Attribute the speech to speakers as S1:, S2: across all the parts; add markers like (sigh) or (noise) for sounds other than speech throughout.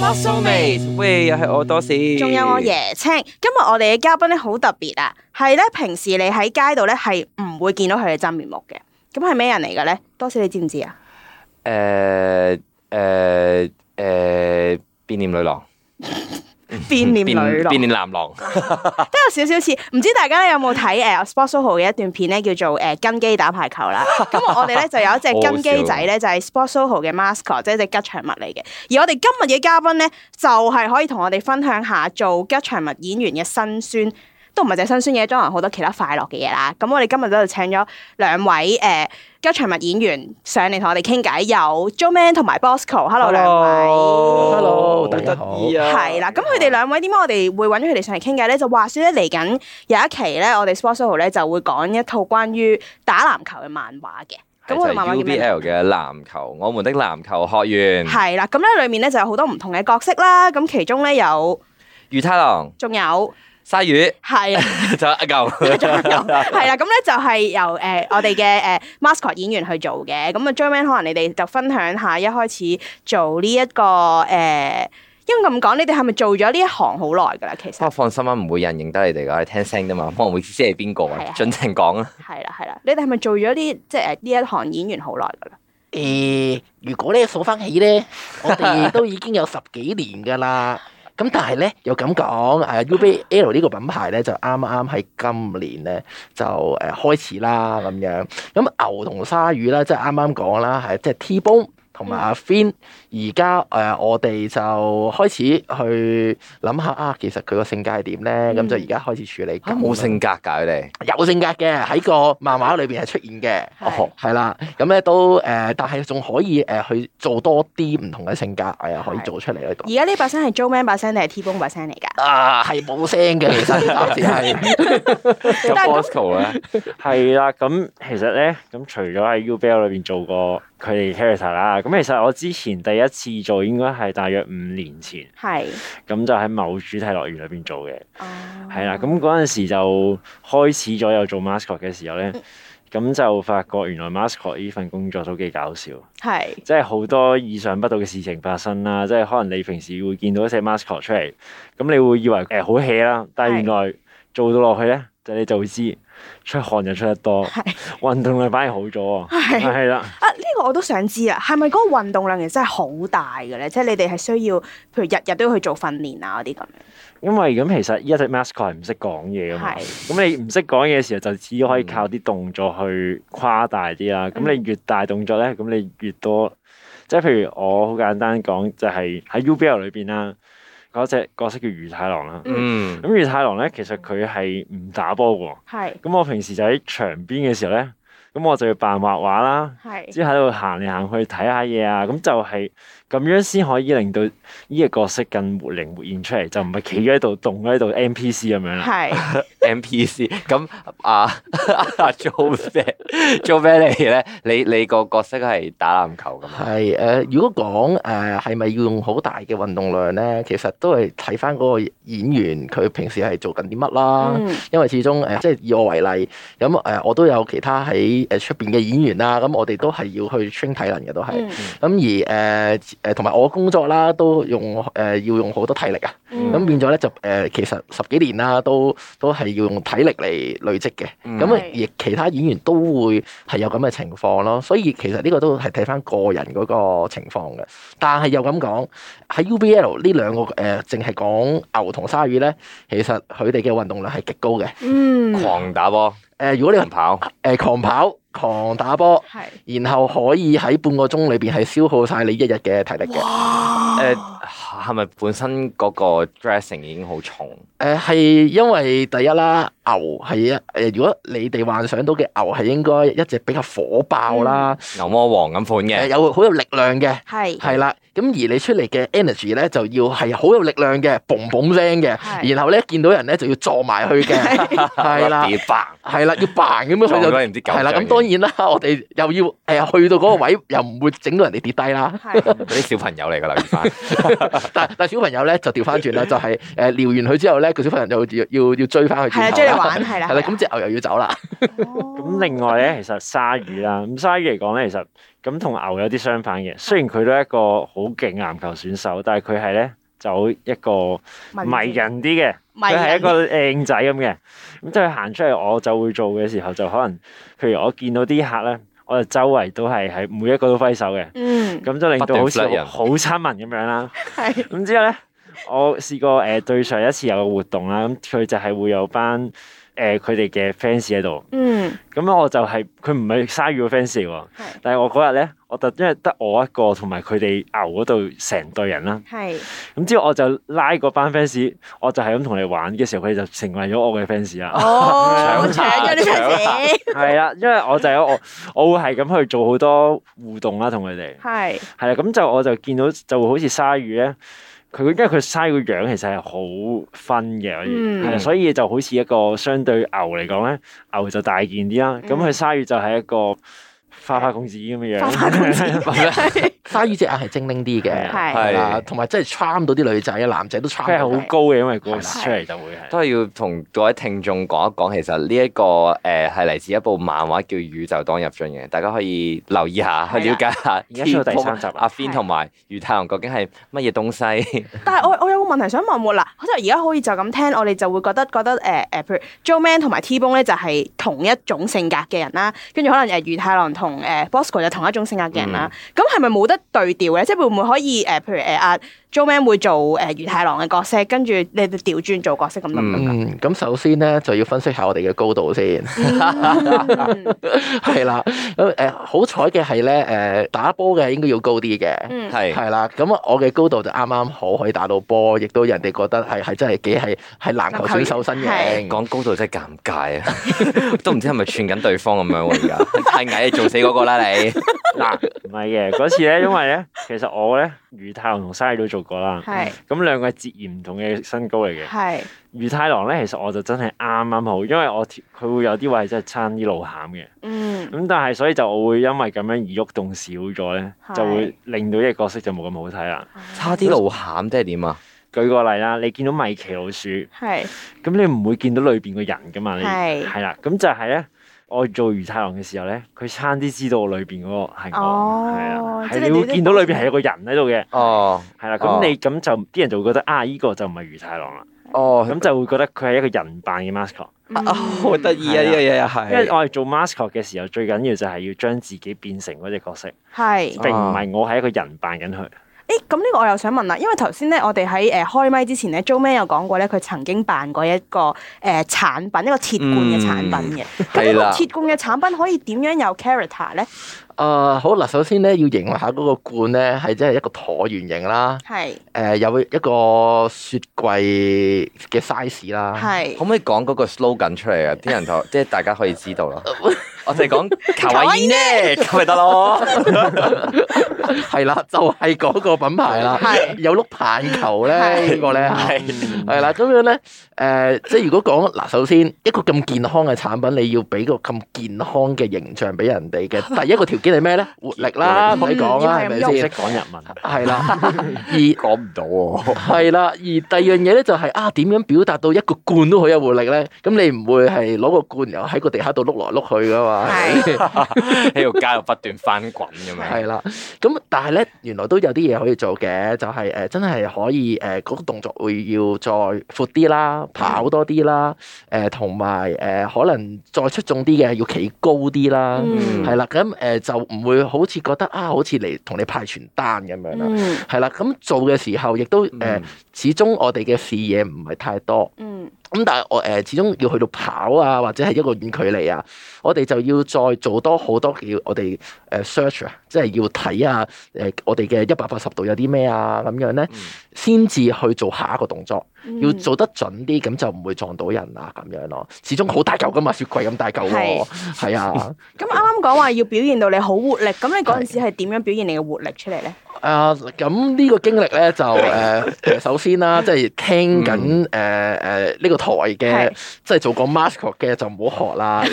S1: Hello Maze，喂，又係我多士，
S2: 仲有我椰哦青，今日我哋嘅嘉賓咧好特別啊，係咧平時你喺街度咧係唔會見到佢嘅真面目嘅，咁係咩人嚟嘅咧？多士你知唔知啊？
S1: 誒誒誒，變臉女郎，
S2: 變臉女郎，
S1: 變
S2: 都
S1: 臉男郎，
S2: 有少少似，唔知大家咧有冇睇誒 Sport Soho 嘅一段片咧，叫做誒呃跟機打排球啦。咁我哋咧就有一隻跟機仔咧，就係 Sport Soho 嘅 mascot，即係隻吉祥物嚟嘅。而我哋今日嘅嘉賓咧，就係可以同我哋分享下做吉祥物演員嘅辛酸。都唔係就係辛酸嘢，當然好多其他快樂嘅嘢啦。咁我哋今日都度請咗兩位誒、呃吉祥物演員上嚟同我哋傾偈，有 Jo Man 同埋 Bosco。Hello 兩位
S3: Hello，大
S1: 得
S3: 家好
S1: 意啊，
S2: 係啦，咁佢哋兩位點解我哋會揾咗佢哋上嚟傾偈咧？就話說咧，嚟緊有一期咧，我哋 Sports Soho 咧就會講一套關於打籃球嘅漫畫嘅。咁我哋漫畫叫咩？
S1: UBL 嘅籃球，我們的籃球學院，
S2: 係啦，咁咧裏面咧就有好多唔同嘅角色啦。咁其中咧有，
S1: 魚太郎、
S2: 仲有
S1: 鯊 (laughs) 魚，
S2: 係啊，
S1: 仲有阿
S2: 仲有
S1: 牛，
S2: 係啦。咁咧就係由誒我哋嘅呃誒 mascot 演員去做嘅。咁啊 j o Man 可能你哋就分享下一開始做呢一個誒，因為咁講，你哋係咪做咗呢一行好耐㗎啦？其實
S1: 不過放心啊，唔會人認得你哋噶，你聽聲啫嘛，我唔會知係邊個啊
S2: 係啊，
S1: 盡情講啊，
S2: 係啦係啦，你哋係咪做咗啲即係誒呢一行演員好耐㗎啦？
S3: 誒、呃如果咧數翻起
S1: (laughs)
S3: 咧，我哋都已經有十幾年㗎啦。咁但係咧，又咁講，啊誒 UBL 呢個品牌咧，就啱啱喺今年咧就誒、開始啦咁樣。咁牛同鯊魚啦，即係啱啱講啦，係即係 T Bone 同埋
S1: 嗯
S3: 阿 Fin。而家誒我哋就開始去諗下啊，其實佢個性格係點咧？咁、就而家開始處理緊
S1: 啊冇性格㗎佢哋，
S3: 有性格嘅喺個漫畫裏邊係出現嘅。
S1: 哦，
S3: 係啦，咁咧都誒、呃但係仲可以誒、呃去做多啲唔同嘅性格，係啊，可以
S2: 係
S3: 做出嚟呢個
S2: 而。家呢把聲係 Joe Man 把聲定係 T Bone 把聲嚟㗎？
S3: 啊，係冇聲嘅，其實暫
S2: (laughs)
S3: 時係
S1: 咁
S2: 但係咁
S1: Bosco 咧，
S4: 係啦，咁其實咧，咁除咗喺 UBL 裏邊做過佢哋 character 啦，咁其實我之前第一次做應該係大約五年前，
S2: 係，
S4: 咁就喺某主題樂園裏邊做嘅，
S2: 哦
S4: 係啦，咁嗰陣時就開始咗有做 mascot 嘅時候咧，咁就發覺原來 mascot 呢份工作都幾搞笑，
S2: 係
S4: 即係好多意想不到嘅事情發生啦，即係可能你平時會見到一隻 mascot 出嚟，咁你會以為誒好 hea 啦，但係原來做到落去咧，就你就會知出汗就出得多。
S2: 係
S4: 運動量反而好咗喎，
S2: 係
S4: 係啦，
S2: 啊！呢個我都想知啊，係咪嗰個運動量其實真係好大嘅咧？即係你哋係需要，譬如日日都要去做訓練啊嗰啲咁樣。
S4: 因為咁其實依一隻 mascot 係唔識講嘢噶嘛，
S2: 係
S4: 咁你唔識講嘢嘅時候就只可以靠啲動作去誇大啲啦。咁
S2: 嗯
S4: 你越大動作咧，咁你越多，即係譬如我好簡單講，就係喺 UBL 裏邊啦，嗰隻角色叫魚太郎啦。
S1: 嗯
S4: 咁，魚太郎咧，其實佢係唔打波嘅喎。
S2: 係
S4: 咁我平時就喺場邊嘅時候咧，咁我就要扮畫畫啦。
S2: 係
S4: 之後喺度行嚟行去睇下嘢啊，咁就係咁樣先可以令到呢個角色更活靈活現出嚟，就唔係企咗喺度動喺度 NPC 咁樣啦。
S2: 係
S1: NPC 咁啊 (laughs) 阿 Joe Man Joe Man 你咧，你你個角色係打籃球噶嘛？
S3: 係誒。如果講誒係咪要用好大嘅運動量咧，其實都係睇翻嗰個演員佢平時係做緊啲乜
S4: 啊
S3: 啦。
S2: 嗯
S3: 因為始終誒、呃即係以我為例，咁誒、呃我都有其他喺誒出邊嘅演員啦，咁我哋都係要去 train 體能嘅，都係。
S2: 嗯
S3: 咁而誒誒同埋我工作啦，都用誒、呃要用好多體力啊。
S2: 嗯
S3: 咁變咗咧就誒、呃其實十幾年啦，都都係要用體力嚟累積嘅。
S1: 嗯
S3: 咁啊
S2: 係，
S3: 亦其他演員都會係有咁嘅情況咯。所以其實呢個都係睇翻個人嗰個情況嘅。但係又咁講，喺 UBL 呢兩個誒，呃淨係講牛同鯊魚咧，其實佢哋嘅運動量係極高嘅。誒、
S2: 嗯
S1: 狂打波，
S3: 如果你話
S1: 狂跑，
S3: 誒、呃狂跑、狂打波，
S2: 係
S3: 然後可以喺半個鐘裏邊係消耗晒你一日嘅體力嘅。
S2: 哇
S1: 誒係咪本身嗰個 dressing 已經好重？
S3: 誒呃係、因為第一啦，牛係一誒，如果你哋幻想到嘅牛係應該一隻比較火爆啦，誒、
S1: 牛魔王咁款嗯嘅，
S3: 有好有力量嘅，
S2: 係
S3: 係啦。咁而你出嚟嘅 energy 咧，就要係好有力量嘅，嘣嘣聲
S2: 係
S3: 嘅，然後咧見到人咧就要撞埋去
S1: (laughs)
S3: 嘅，係啦，
S1: 跌棒，
S3: 係啦，要扮咁樣
S1: 撞
S3: 佢就
S1: 咗唔知九
S3: 係啦。
S1: 丈
S3: 咁
S1: 嘅
S3: 當然啦，我哋又要誒、呃去到嗰個位，又唔會整到人哋跌低啦。 (laughs)
S2: 係啊
S1: 嗰啲小朋友嚟㗎啦，而家
S3: 但但小朋友咧就調翻轉啦，就係誒撩完佢之後咧，個小朋友就要要要追翻佢
S2: 係啊，
S3: 轉頭
S2: 追你
S3: 啦。
S2: 玩係啦，哦
S3: 係啦，咁只牛又要走啦。
S4: 咁另外咧，其實鯊魚啦，咁鯊魚嚟講咧，其實咁同牛有啲相反嘅。雖然佢都係一個好勁嘅籃球選手，但係佢係咧就好一個迷人啲嘅。
S2: 迷
S4: 佢係
S2: 人
S4: 一個靚仔咁嘅，咁即係行出去我就會做嘅時候，就可能譬如我見到啲客咧，我就周圍都係喺每一個都揮手嘅，
S2: 嗯，
S4: 咁就令到好似
S1: 不斷 flirt 人
S4: 好親民咁樣啦。
S2: 係
S4: 咁之後咧，我試過誒、呃、對上一次有個活動啦，咁佢就係會有班誒佢哋嘅 fans 喺度，
S2: 嗯
S4: 咁我就係佢唔係鯊魚嘅 fans 嚟喎，
S2: 係
S4: 但係我嗰日咧，我特因為得我一個同埋佢哋牛嗰度成隊人啦，
S2: 係
S4: 咁之後我就拉嗰班 fans，我就係咁同你玩嘅時候，佢哋就成為咗我嘅 fans 啦。
S2: 哦，
S1: 搶下
S2: 搶咗呢
S1: 搶下
S2: 樣嘢，
S4: 係啦，因為我就有我， (laughs) 我會係咁去做好多互動啊啦，同佢哋
S2: 係
S4: 係啦，咁就我就見到就會好似鯊魚咧，佢因為佢鯊魚個樣其實係好分嘅，可以
S2: 嗯
S4: 係啦，所以就好似一個相對牛嚟講咧，牛就大件啲
S2: 嗯
S4: 啦，咁佢鯊魚就係一個花花公子咁嘅
S2: 花
S4: (laughs)
S2: 花公子
S4: 樣，
S3: 鯊魚隻眼係精靈啲嘅，
S2: 係
S3: 係
S1: 係
S3: 啦，同埋真係 charm 到啲女仔，男仔都 charm
S4: 佢係
S3: 到
S4: 好高嘅，因為個
S3: 係啦
S4: 出嚟就會係。
S1: 都係要同各位聽眾講一講，其實呢、一個誒係嚟自一部漫畫叫《宇宙當入樽》嘅，大家可以留意下，去了解下。啊
S4: 而家出到第三集啦
S1: 阿 Fin 同埋魚太郎究竟係乜嘢東
S4: (laughs)
S1: 西？
S2: 但係我我有個問題想問喎，嗱，即係而家可以就咁聽，我哋就會覺得覺得誒誒、呃譬如 Joe Man 同埋 T Bone 咧就係、同一種性格嘅人啦，跟住可能誒魚太郎同誒 Bosco 就同一種性格嘅人啦，咁係咪冇得對調咧？即係會唔會可以誒、呃譬如誒阿、Joe Man 會做誒、呃、魚太郎嘅角色，跟住你哋調轉做角色咁得唔得㗎？
S3: 嗯，咁首先咧就要分析下我哋嘅高度 (laughs) 先，
S2: 嗯
S3: 係啦。咁誒好彩嘅係咧，誒打波嘅應該要高啲嘅，
S1: (laughs)
S2: 嗯
S1: 係
S3: 係啦。咁我嘅高度就啱啱好可以打到波，亦都人哋覺得係係真係幾係係籃球選手身型。
S1: 講高度真係尷尬啊！ (laughs) 都唔知係咪串緊對方咁樣喎，而家太矮你做死嗰個啦你。
S4: (laughs) 嗱，唔係嘅嗰次咧，因為咧，其實我咧魚太郎同鯊魚都做過啦，
S2: 係
S4: 咁兩個係截然唔同嘅身高嚟嘅。
S2: 係
S4: 魚太郎咧，其實我就真係啱啱好，因為我條佢會有啲位真係差啲路餡嘅，
S2: 嗯
S4: 咁但係所以就我會因為咁樣而喐動少咗咧，
S2: 係
S4: 就會令到呢個角色就冇咁好睇啦。
S1: 差啲路餡即係點啊？
S4: 舉個例啦，你見到米奇老鼠，咁
S2: 係
S4: 你唔會見到裏邊個人噶嘛？你
S2: 係
S4: 係啦，咁就係咧，我做魚太郎嘅時候咧，佢差啲知道裏邊嗰個係我，係啦、
S2: 哦即係
S4: 係你
S2: 你
S4: 會
S2: 都
S4: 見到裏邊係有個人喺度嘅，
S1: 哦
S4: 係啦，
S1: 哦
S4: 咁你咁就啲人就會覺得啊，依、個就唔係魚太郎啦，
S1: 哦，
S4: 咁就會覺得佢係一個人扮嘅 mascot。
S2: 嗯
S1: 啊好得意啊！
S4: 係
S1: 呢
S4: 啊
S1: 個嘢又
S4: 因為
S1: 係。
S4: 我哋做 mascot 嘅時候，最緊要就係要將自己變成嗰只角色，
S1: 哦
S2: 係
S4: 並唔係我係一個人扮緊佢。
S2: 誒咁呢個我又想問啦，因為頭先咧我哋喺誒開麥之前咧，Joe Man 有講過咧，佢曾經辦過一個誒、呃、產品，一個鐵罐嘅產品嘅。咁呢、
S1: 係
S2: 個
S1: 啦
S2: 鐵罐嘅產品可以點樣有 character 咧？
S3: 啊，好嗱，首先咧要形容下嗰個罐咧係真係一個橢圓形啦，
S2: 係
S3: 誒有一個雪櫃嘅 size 啦。
S1: 可
S2: 係
S1: 唔可以講嗰個 slogan 出嚟啊？啲人
S2: (laughs)
S1: 就即係大家可以知道咯。我哋講求
S2: 卡哇
S1: 威
S2: 伊
S1: 呢，咁咪得
S2: (laughs)
S1: 咯。
S3: 係啦，就係嗰個品牌啦
S2: 係，
S3: 有碌棒球咧，
S2: 係
S3: 呢個咧
S1: 係嗯
S4: (laughs)
S3: 係啦，咁樣咧，誒、即係如果講嗱，首先一個咁健康嘅產品，你要俾個咁健康嘅形象俾人哋
S2: (laughs)
S3: 嘅，第一個條件係咩咧？活力啦，唔使講啦，係
S2: 嗯
S3: 咪
S2: 要
S4: 我
S2: 係咁
S4: 識
S3: 先？
S1: (laughs)
S4: 講日文，
S3: 係啦，而
S1: 講唔到喎。
S3: 係啦，而第二樣嘢咧就係、啊，點樣表達到一個罐都好有活力咧？咁你唔會係攞個罐然後喺個地下度碌來碌去噶嘛？
S2: 係
S1: 喺條街度不斷翻滾咁樣。
S3: 係啦，咁但係咧，原來都有啲嘢可以做嘅，就係、誒、真係可以呃誒嗰、個動作會要再闊啲啦，
S2: 嗯
S3: 跑多啲啦，誒同埋誒可能再出眾啲嘅要企高啲啦，
S2: 嗯
S3: 係啦、咁誒、呃就唔會好似覺得啊，好似嚟同你派傳單咁樣啦。
S2: 嗯
S3: 係啦，咁做嘅時候亦都誒，
S4: 嗯
S3: 始終我哋嘅視野唔係太多，
S2: 嗯
S3: 咁但係我誒、始終要去到跑啊，或者係一個遠距離啊，我哋就要再做多好多叫我哋誒 search 啊，即係要睇下誒、我哋嘅一百八十度有啲咩啊咁樣咧，先至去做下一個動作，
S2: 嗯
S3: 要做得準啲，咁就唔會撞到人啊咁樣咯。始終好大嚿噶嘛，雪櫃咁大嚿喎，係啊，
S2: 咁啱啱講話要表現到你好活力，咁你嗰陣時係點樣表現你嘅活力出嚟咧？
S3: 啊咁呢個經歷咧就誒、誒 (laughs) 首先啦，即係聽緊誒誒呢個台嘅
S2: 係，
S3: 即係做過 mascot 嘅就唔好學啦。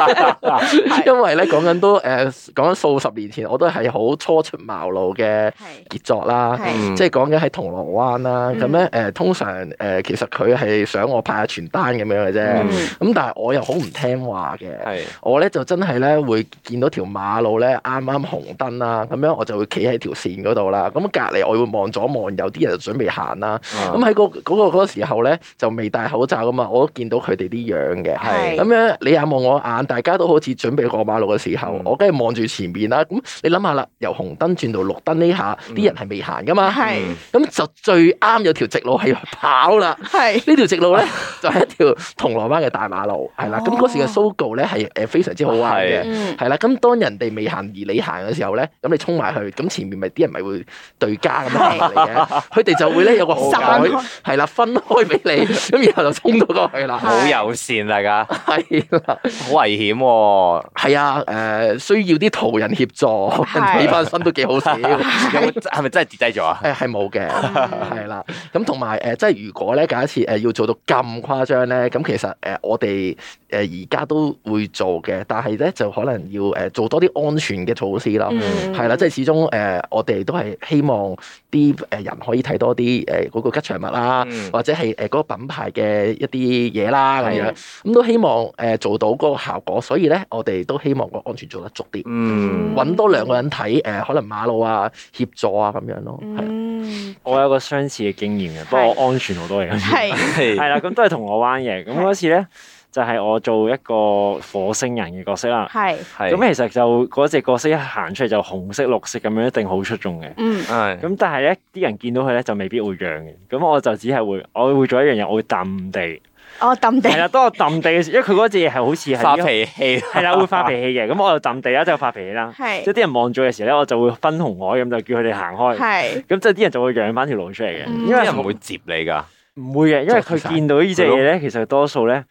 S3: (laughs) 因為咧講緊都誒講緊數十年前，我都係好初出茅廬嘅
S2: 係
S3: 傑作啦。
S2: 係嗯
S3: 即係講緊喺銅鑼灣啦，咁咧誒通常誒、其實佢係想我派下傳單咁樣嘅啫，咁、
S1: 嗯
S3: 但係我又好唔聽話嘅，
S1: 係
S3: 啊我咧就真係咧會見到條馬路咧啱啱紅燈啦，咁樣我就會企喺條線嗰嗰度啦。咁隔離我會望左望右，啲人就準備行啦。咁
S1: 啊嗯
S4: 咁
S3: 喺個嗰個嗰個時候咧，就未戴口罩噶嘛，我都見到佢哋啲樣嘅。
S2: 係
S3: 咁樣你眼望我眼，大家都好似準備過馬路嘅時候
S4: 嗯，
S3: 我梗係望住前面啦。咁你諗下啦，由紅燈轉到綠燈呢下，
S4: 嗯
S3: 啲人係未行噶嘛，
S2: 係
S1: 啊嗯
S3: 咁就最啱有條直路係跑啦。
S2: 係
S3: 呢條直路咧就係一條銅鑼灣嘅大馬路，係啦。咁嗰時嘅
S2: 哦
S3: Sogo 咧係誒非常之好玩
S1: 係
S3: 嘅。
S2: 嗯
S3: 係啦，咁當人哋未行而你行嘅時候咧，咁你衝埋去，咁前面咪啲人咪會對家咁樣行嚟嘅，佢哋就會咧有個
S2: 十
S3: 紅
S2: 萬
S3: 海，
S2: 開
S3: 係啦，分開俾你，咁然後就衝到過去啦，
S1: 好友善大家，
S3: 係啦，
S1: 好危險喎、
S3: 係啊，誒、需要啲途人協助，
S2: 係
S3: (laughs) 起翻身都幾好笑，誒
S1: 有冇係咪真係跌低咗啊？
S3: 係冇嘅。
S2: 嗯
S3: (laughs) 係啦，咁同埋誒，即係如果咧，假設誒要做到咁誇張咧，咁其實誒我哋誒而家都會做嘅，但係咧就可能要誒做多啲安全嘅措施啦。
S2: 嗯
S3: 係啦，即係始終誒、呃我哋都係希望啲誒人可以睇多啲誒嗰個吉祥物啦，
S1: 嗯
S3: 或者係誒嗰個品牌嘅一啲嘢啦咁樣，咁都希望誒、呃做到嗰個效果，所以咧我哋都希望個安全做得足啲，
S1: 嗯
S3: 揾、多兩個人睇誒、呃可能馬路啊協助啊咁樣咯，係啊
S2: 嗯，
S4: 我有個相似嘅經驗嘅，不過我安全好多嘢。
S2: 係
S1: 係
S4: 係啦，咁都係銅鑼灣嘅。咁嗰次咧，就係我做一個火星人嘅角色啦。
S2: 係，
S1: 係
S4: 咁其實就嗰只角色一行出嚟就紅色、綠色咁樣，一定好出眾嘅。
S2: 嗯
S1: 係
S4: 咁但係咧，啲人見到佢咧就未必會讓嘅。咁我就只係會，我會做一樣嘢，我會揼地。
S2: 我哦抌
S4: 係
S2: 地，
S4: 啦，當我揼地嘅時候，因為佢嗰只嘢係好似係
S1: 發脾氣，
S4: 係啦，會發脾氣嘅。咁我就揼地啦，就發脾氣啦。
S2: 係
S4: 即係啲人望住嘅時候咧，我就會分紅海咁就叫佢哋行開。
S2: 係
S4: 咁即係啲人就會讓翻條路出嚟嘅，
S2: 嗯
S4: 因
S1: 啲
S4: 為
S1: 人唔會接你㗎。
S4: 唔會嘅，因為佢見到呢只嘢咧，其實多數咧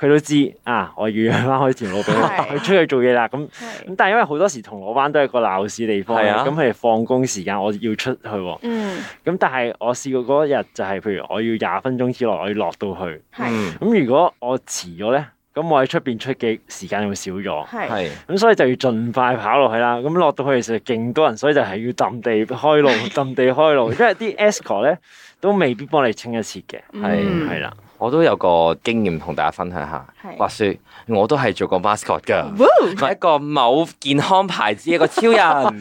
S4: 佢都知啊，我要讓翻開條路俾佢，
S2: 係
S4: (laughs) 佢出去做嘢啦。咁
S2: 係，
S4: 咁但係因為好多時銅鑼灣都係個鬧市地方
S1: 係
S4: 咧，
S1: 啊
S4: 咁佢哋放工時間我要出去喎。
S2: 嗯
S4: 咁但係我試過嗰一日就係，譬如我要廿分鐘之內我要落到去，
S1: 嗯
S2: 係
S4: 咁如果我遲咗咧，咁我喺出邊出嘅時間就會少咗。
S2: 係
S1: 係
S4: 咁所以就要盡快跑落去啦。咁落到去其實勁多人，所以就係要揼地開路，揼地開路，因為啲 escort 咧都未必幫你清一次嘅，
S2: 嗯
S4: 係啦。
S1: 我都有個經驗同大家分享下。
S2: 係
S1: 話說我都係做過 mascot 㗎，
S2: 哇
S1: 係一個某健康牌子一個超
S2: (laughs)
S1: 人。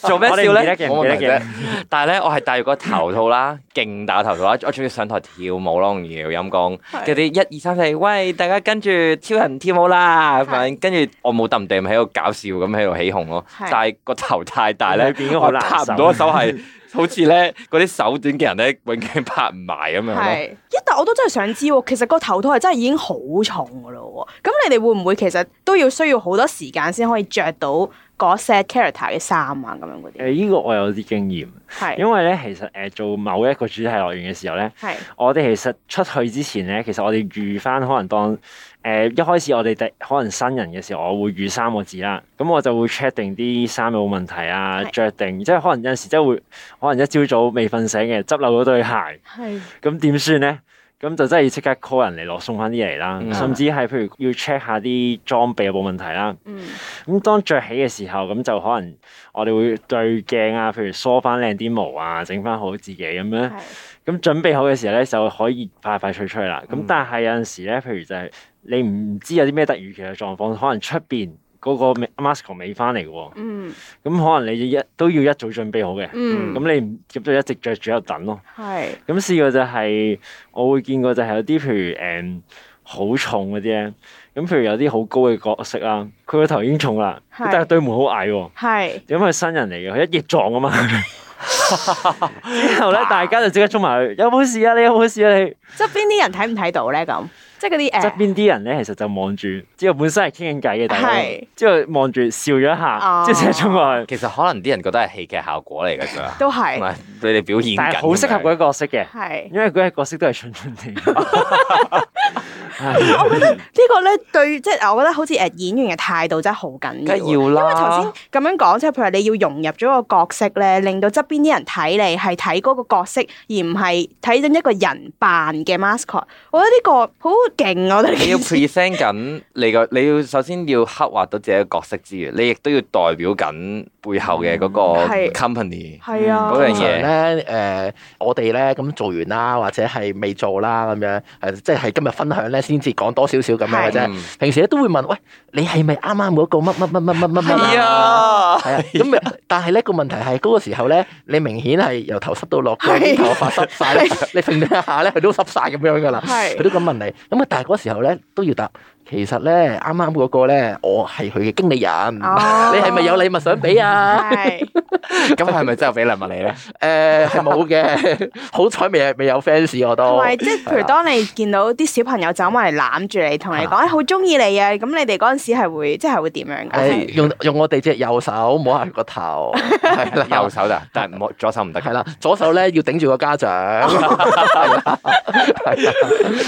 S1: 做咩笑
S4: 我哋唔記得
S1: 咧？
S4: 嘅
S1: 冇問題
S4: 唔記得
S1: 啫。但係咧，我係戴住個頭套啦， (laughs) 勁大個頭套啦，我仲要上台跳舞咯，唔要陰公。
S2: 係
S1: 嗰啲一二三四，喂，大家跟住超人跳舞啦，咁樣跟住我冇揼地，咪喺度搞笑咁喺度起哄咯。
S2: 係
S1: 但係個頭太大咧
S4: 你，變咗好
S1: 我
S4: 難
S1: 拍唔
S4: 受
S1: 到手係， (laughs) 好似咧嗰啲手短嘅人咧，永遠拍唔埋咁樣咯。
S2: 係，一但我都真係想知喎，其實個頭套係真係已經好重噶咯喎，咁你哋會唔會其實都要需要好多時間先可以着到嗰 set character 嘅衫啊咁樣嗰啲？
S4: 誒，呢個我有啲經驗，
S2: 係
S4: 因為咧其實誒做某一個主題樂園嘅時候咧，
S2: 係
S4: 我哋其實出去之前咧，其實我哋預翻可能當誒、一開始我哋第可能新人嘅時候，我會預三個字啦，咁我就會 check 定啲衫有冇問題啊，
S2: 係
S4: 着定，即係可能有陣時真係會，可能一朝早未瞓醒嘅，執漏咗對鞋。
S2: 係
S4: 咁點算咧？咁就真係要即刻 call 人嚟攞送翻啲嘢嚟啦，
S1: 嗯
S4: 甚至係譬如要 check 下啲裝備有冇問題啦。
S2: 嗯
S4: 咁當着起嘅時候，咁就可能我哋會對鏡啊，譬如梳翻靚啲毛啊，整翻好自己咁樣。
S2: 係
S4: 咁準備好嘅時候咧，就可以快快脆脆啦。咁
S1: 嗯
S4: 但係有陣時咧，譬如就係你唔知有啲咩突如其來嘅狀況，可能出邊嗰個 mask 未翻嚟嘅喎，
S2: 嗯
S4: 咁可能你一都要一早準備好嘅。
S2: 嗯
S4: 咁你唔咁就一直着住喺度等咯。
S2: 係
S4: 咁試過就係、我會見過就係有啲譬如誒好、重嗰啲咧，咁譬如有啲好高嘅角色啦，佢個頭已經重啦，
S2: 係
S4: 但係對門好矮喎。
S2: 係
S4: 咁佢新人嚟嘅，佢一翼撞
S2: (laughs)
S4: 啊嘛。之後咧，大家就即刻衝埋去，有冇事啊？你有冇事啊？你
S2: 側邊啲人睇唔睇到咧咁？即係嗰啲誒呃
S4: 側邊啲人咧，其實就望住，之後本身係傾緊偈嘅，大家
S2: 係
S4: 之後望住笑咗一
S2: 哦
S4: 下，之後即刻衝過去，
S1: 其實可能啲人覺得係戲劇效果嚟㗎咋，
S2: 都
S1: 唔
S2: 係
S1: 係你哋表演
S4: 但
S1: 緊。
S4: 係好適合嗰啲角色嘅，
S2: 係。
S4: 因為嗰啲角色都係蠢蠢
S2: (laughs)
S4: 地。係
S2: 我覺得呢個咧對，即係我覺得好似誒呃演員嘅態度真係好緊
S1: 梗
S2: 要啊。
S1: 係要啦。
S2: 因為頭先咁樣講，即係譬如你要融入咗個角色咧，令到側邊啲人睇你係睇嗰個角色，而唔係睇緊一個人扮嘅 mascot。我覺得呢個好勁啊！我覺得呢
S1: 你要
S2: 件事
S1: present 緊你個，你要首先要刻畫到自己嘅角色之餘，你亦都要代表緊背後嘅嗰個
S2: 係
S1: company。
S2: 係啊，
S1: 嗰樣
S3: 通常
S1: 嘢
S3: 咧，誒、我哋咧咁做完啦，或者係未做啦咁樣，誒、即係今日分享咧，先至講多少少咁樣嘅啫。
S1: 嗯
S3: 平時咧都會問，喂，你係咪啱啱嗰個乜乜乜乜乜乜乜？
S1: 係啊，
S3: 係啊，咁但係咧個問題係嗰個時候咧，你明顯係由頭濕到落腳，
S2: 係
S3: 啲頭髮濕晒， (laughs) 你平一下咧，佢都濕晒咁樣噶啦，
S2: 係
S3: 佢都咁問你，咁啊，但係嗰時候咧都要答，其實咧啱啱嗰個咧，我係佢嘅經理人，
S2: 哦
S3: 你係咪有禮物想俾啊？
S2: 係
S1: 咁係咪真係俾禮物你咧？
S3: 誒呃係冇嘅，好彩未未有 fans 我
S2: 同
S3: 都，
S2: 埋即係譬如當你見到啲小朋友走埋嚟攬住你，同你講：，哎好中意你啊！咁你哋嗰陣時係會即係會點樣㗎？
S3: 誒用用我哋隻右手摸下佢個頭，係啦
S1: 右手咋，但係唔好左手唔得
S3: 係。啦，左手咧要頂住個家長，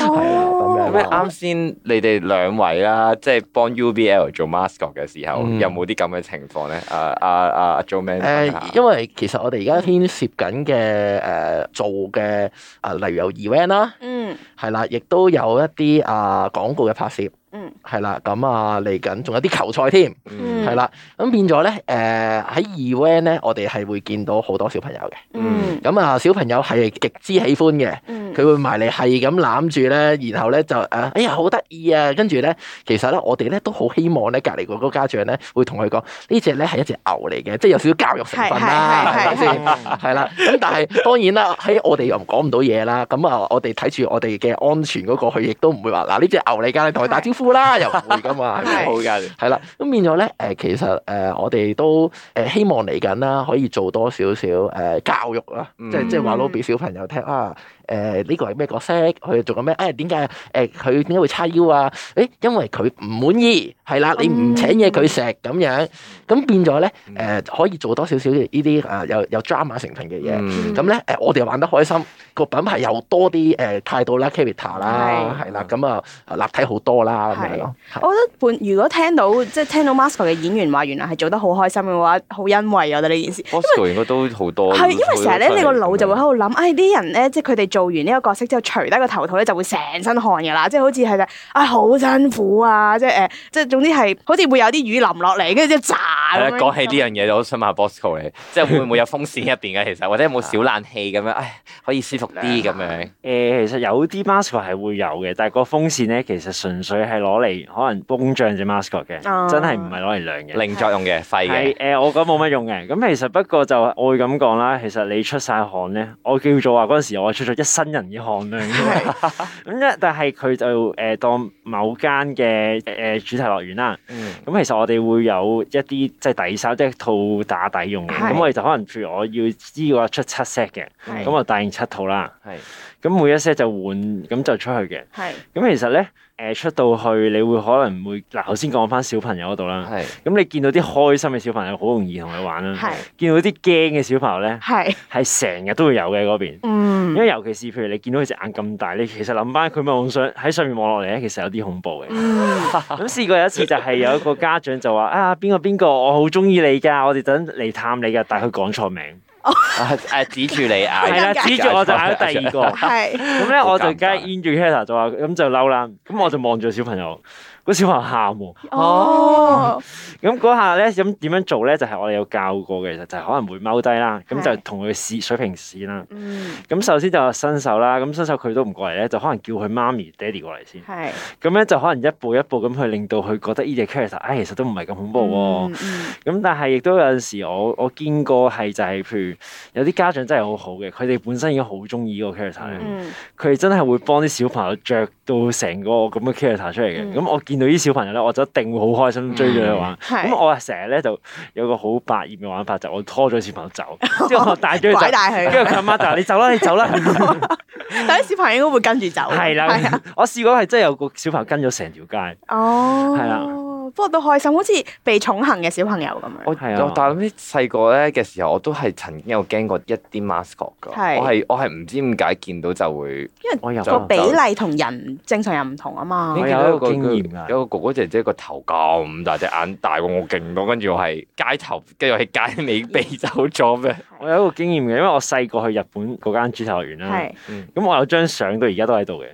S2: 哦
S1: 咁咧啱先你哋兩位啦，即係幫 UBL 做 mascot 嘅時候，
S3: 嗯
S1: 有冇啲咁嘅情況咧？啊啊啊啊，Joe à, Man，
S3: 誒，因為其實我哋而家牽涉緊嘅誒做嘅啊，例如有 event 啦，
S2: 嗯
S3: 係啦，亦都有一啲啊廣告嘅拍攝，
S2: 嗯
S3: 係啦，咁啊嚟緊仲有啲球賽添，
S2: 嗯
S3: 係啦，咁變咗咧誒喺 event 咧，我哋係會見到好多小朋友嘅。
S2: 嗯
S3: 咁啊，小朋友係極之喜歡嘅，
S2: 嗯，
S3: 佢會埋嚟係咁攬住咧，然後咧就誒，哎呀好得意啊！跟住咧，其實咧我哋咧都好希望咧，隔離嗰個家長咧會同佢講，呢只咧係一隻牛嚟嘅，即係有少少教育成分啦，係
S2: 係係係
S3: 咪先？係啦，咁但係當然啦，喺我哋又講唔到嘢啦，咁啊，我哋睇住我哋嘅安全嗰個，佢亦都唔會話嗱呢只牛嚟㗎，你同佢打招呼啦，又唔會㗎嘛，係
S2: 係？
S3: 咪
S1: 好噶，
S3: 係啦，咁變咗咧，誒其實誒、我哋都誒、希望嚟緊啦，可以做多少少誒教育啊啦，
S1: 嗯
S3: 即係即係話到俾小朋友聽啊，誒、呢個係咩角色，佢做緊咩？哎誒點解誒佢點解會叉腰啊？誒因為佢唔滿意，係
S1: 哦
S3: 啦，你唔請嘢佢食咁樣，咁變咗咧
S1: 嗯
S3: 誒可以做多少少呢啲誒有有 drama 成分嘅嘢。
S1: 嗯
S3: 咁咧誒，我哋玩得開心，個品牌又多啲誒態度啦、character 啦，
S1: 係
S3: 係啦，咁啊立體好多啦咁
S2: 係
S3: 樣咯。係
S2: 我覺得本如果聽到即係聽到 Masco 嘅演員話原來係做得好開心嘅話，好欣慰啊！我覺得呢件事。
S1: Bosco 應該都好多。
S2: 係，因為成日咧，你個腦就會喺度諗，唉，啲人咧，即係佢哋做完呢個角色之後，除低個頭套咧，就會成身汗㗎啦，即係好似係就啊，好辛苦啊，即係誒，即係總之係好似會有啲雨淋落嚟，跟住即係
S1: 係
S2: 炸
S1: 啦
S2: 咁樣。
S1: 講起呢樣嘢，我都想問下 Bosco 你，即係會唔會有風扇喺入邊嘅？其實或者有冇小冷氣咁樣？唉，可以舒服啲
S4: 啊
S1: 咁樣。
S4: 誒，其實有啲 mascot 係會有嘅，但係個風扇咧，其實純粹係攞嚟可能膨脹只 mascot 嘅，
S2: 哦
S4: 真係唔係攞嚟涼嘅。
S1: 零作用嘅，廢
S4: 係
S1: 嘅
S4: 誒、。我覺得冇乜用嘅。咁其實不過就我會咁講啦。其實你出晒汗咧，我叫做話嗰陣時我出咗一身人嘅汗量嘅。咁一但係佢就誒、當某間嘅誒、主題樂園啦。
S1: 嗯
S4: 咁其實我哋會有一啲即係底衫，即係套打底用嘅。
S2: 係
S4: 咁我哋就可能譬如我要知個出七 set 嘅，
S2: 係
S4: 咁我帶應七套啦。
S1: 係
S4: 咁每一 set 就換，咁就出去嘅。
S2: 係
S4: 咁其實咧誒、出到去，你會可能會嗱頭先講翻小朋友嗰度啦。
S1: 係
S4: 咁你見到啲開心嘅小朋友，好容易同佢玩啦。
S2: 係
S4: 見到啲驚嘅小朋友咧，
S2: 係，
S4: 係成日都會有嘅嗰邊。因
S2: 嗯
S4: 為尤其是譬如你見到佢隻眼咁大，你其實諗翻佢望上喺上面望落嚟咧，其實有啲恐怖嘅。
S2: 嗯，
S4: 咁試過有一次就係有一個家長就話啊邊個邊個我好中意你㗎，我哋等嚟探你㗎，但係佢講錯名，
S1: 啊誒指住你啊 (laughs) 嗌，
S4: 係啦，指住我就嗌
S1: (laughs)
S4: 咗第二個。
S2: 係
S4: 咁咧我就
S1: 好尷尬
S4: 梗係 in 住 Kata 就話咁就嬲啦，咁我就望住小朋友，個小朋友喊喎。
S2: 哦，
S4: 咁嗰下咧，咁點樣做咧？就係、我哋有教過嘅，其實就係可能會踎低啦，咁就
S2: 係
S4: 同佢試水平試啦。
S2: 嗯
S4: 咁首先就伸手啦，咁伸手佢都唔過嚟咧，就可能叫佢媽咪、爹哋過嚟先。
S2: 係，
S4: 咁咧就可能一步一步咁去令到佢覺得呢隻 character，唉、其實都唔係咁恐怖喎。
S2: 嗯嗯
S4: 咁、但係亦都有陣時我，我見過係就係、譬如有啲家長真係好好嘅，佢哋本身已經好中意呢個 character 咧
S2: 嗯
S4: 佢哋真係會幫啲小朋友着到成個咁嘅 character 出嚟嘅。
S2: 嗯
S4: 咁、我見到啲小朋友咧，我就一定會好開心追住佢玩。
S2: 係
S4: 咁我啊成日咧就有個好百厭嘅玩法，就我拖咗小朋友
S2: (laughs)
S4: 走，之後我帶咗佢
S2: 拐
S4: 走，
S2: 大佢
S4: 跟住佢阿媽就話你走啦，你走
S2: (laughs)
S4: 啦，
S2: 但啲小朋友應該會跟住走。
S4: 係
S2: 係啊
S4: 啦。我試過係真係有個小朋友跟咗成條街，
S2: 哦，
S4: 係啦
S2: 不過都開心，好似被寵幸嘅小朋友咁樣。
S1: 我
S4: 係啊
S1: 我但係諗起細個咧嘅時候，我都係曾經有驚過一啲 mascot 噶。
S2: 係
S1: 我係我係唔知點解見到就會。
S4: 我又
S1: 就
S2: 個比例同人正常人唔同啊嘛
S4: 呢。
S1: 我
S4: 我
S1: 有
S4: 哦有
S1: 一
S4: 一
S1: 個
S4: 個
S1: 經
S4: 經
S1: 驗
S4: 驗啊
S1: 㗎，
S4: 㗎
S1: 有個哥哥姐姐個頭咁大，隻眼大過我勁多，跟住我係街頭，跟住我喺街尾 (laughs) 避走咗咩？
S4: 我有一個經嗯驗嘅，因為我細個去日本嗰間主題樂園啦，
S2: 係
S4: 咁我有張相到而家都喺度嘅，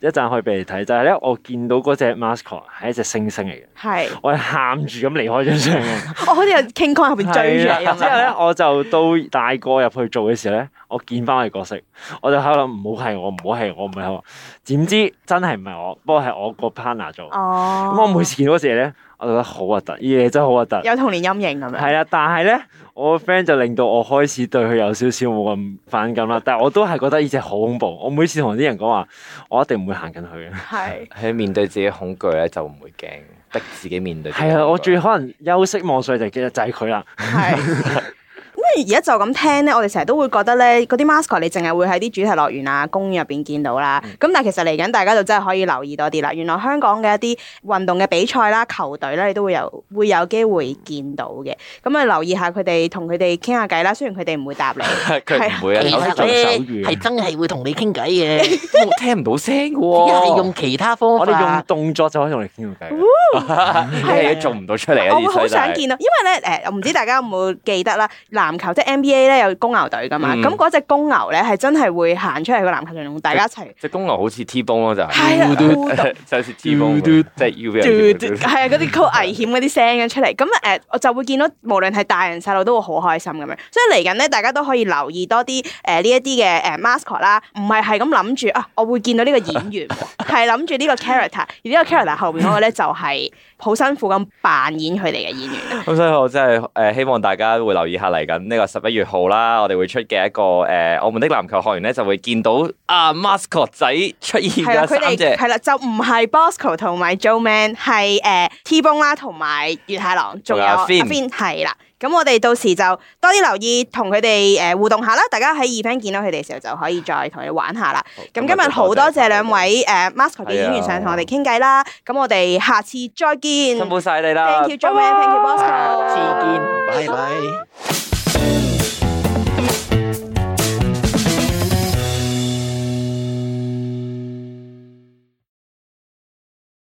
S4: 一陣可以俾你睇，就係咧我見到嗰只 mascot 係一隻猩猩嚟嘅，
S2: 係，
S4: 我係喊住咁離開張相嘅。
S2: 我好似有 King Kong 後邊追住啊你咁
S4: 啊之後咧
S2: 樣。，
S4: 我就到大個入去做嘅時候咧，我見翻我嘅角色，我就喺度諗唔好係我，唔好係我，唔係我。點知真係唔係我，不過係我個 partner 做。咁、
S2: 哦，
S4: 我每次見到嗰時咧，我就覺得好核突，呢嘢真係好核突。
S2: 有童年陰影咁樣。
S4: 係啦，啊但係咧，我個 friend 就令到我開始對佢有少少冇咁反感啦。但係我都係覺得呢只好恐怖。我每次同啲人講話，我一定唔會行近佢嘅。
S2: 係
S1: 佢面對自己恐懼咧就唔會驚，逼自己面對自己恐懼。
S4: 係啊，我最可能休息望上去就係就係佢啦。
S2: 係。因為而家就咁聽咧，我哋成日都會覺得咧，嗰啲 mascot 你淨係會喺啲主題樂園啊、公園入邊見到啦。
S1: 嗯
S2: 咁、但係其實嚟緊大家就真係可以留意多啲啦。原來香港嘅一啲運動嘅比賽啦、球隊啦，你都會有會有機會見到嘅。咁啊，留意下佢哋，同佢哋傾下偈啦。雖然佢哋唔會答你，
S1: (laughs) 佢唔會啊，
S3: 其
S1: 手
S4: 係
S1: 手
S3: 實
S1: 手
S3: 咧
S4: 語
S3: 係真係會同你傾偈嘅，只
S1: 我聽唔到聲嘅
S3: 係
S1: 喎 (laughs)
S3: 用，其他方
S4: 我哋用
S3: 法。
S4: 動作就可以同你傾到偈。
S1: 你係做唔到出嚟啊！
S2: 啊我會
S1: 而
S2: 好
S1: 且就係
S2: 想見到，因為咧誒，我唔知大家有冇記得啦，籃球即係 NBA 咧有公牛隊噶嘛，
S1: 嗯
S2: 咁嗰只公牛咧係真係會行出嚟個籃球場同大家一齊。
S1: 只公牛好似 T 幫咯，就
S2: 係啊啦嘟嘟
S1: 係 (laughs) 就好似 T 幫，即係要俾人
S2: 係啊，嗰啲好危險嗰啲聲咁出嚟，咁誒我就會見到無論係大人細路都會好開心咁樣，所以嚟緊咧大家都可以留意多啲誒呢一啲嘅誒 mascot 啦，唔係係咁諗住啊，我會見到呢個演員喎，係諗住呢個 character，而呢個 character 後邊嗰個咧就係好辛苦咁扮演佢哋嘅演員。
S1: 咁所以我真係誒希望大家會留意下嚟緊呢個十一月號啦，我哋會出嘅一個誒、呃我們的籃球學員咧就會見到啊 mascot 仔出現
S2: 係啦，啊
S1: 嘅
S2: 佢
S1: 三
S2: 哋
S1: 隻。
S2: 係啦，就唔係 Bosco 同埋 Joe Man，係誒 T Bone 啦，同埋月太郎，仲
S1: 仲
S2: 有
S1: 有
S2: 阿
S1: 阿 Fin
S2: Fin 係啦。咁我哋到時就多啲留意，同佢哋誒互動下啦。大家喺 event 見到佢哋嘅時候，就可以再同佢哋玩下啦。咁今日好多謝啊兩位誒 Mascot 嘅演員上嚟同我哋傾偈啦。咁我哋下次再見。
S1: 辛苦晒你啦
S2: Thank you Joe Man，Thank you Bosco。
S3: 再見，拜拜。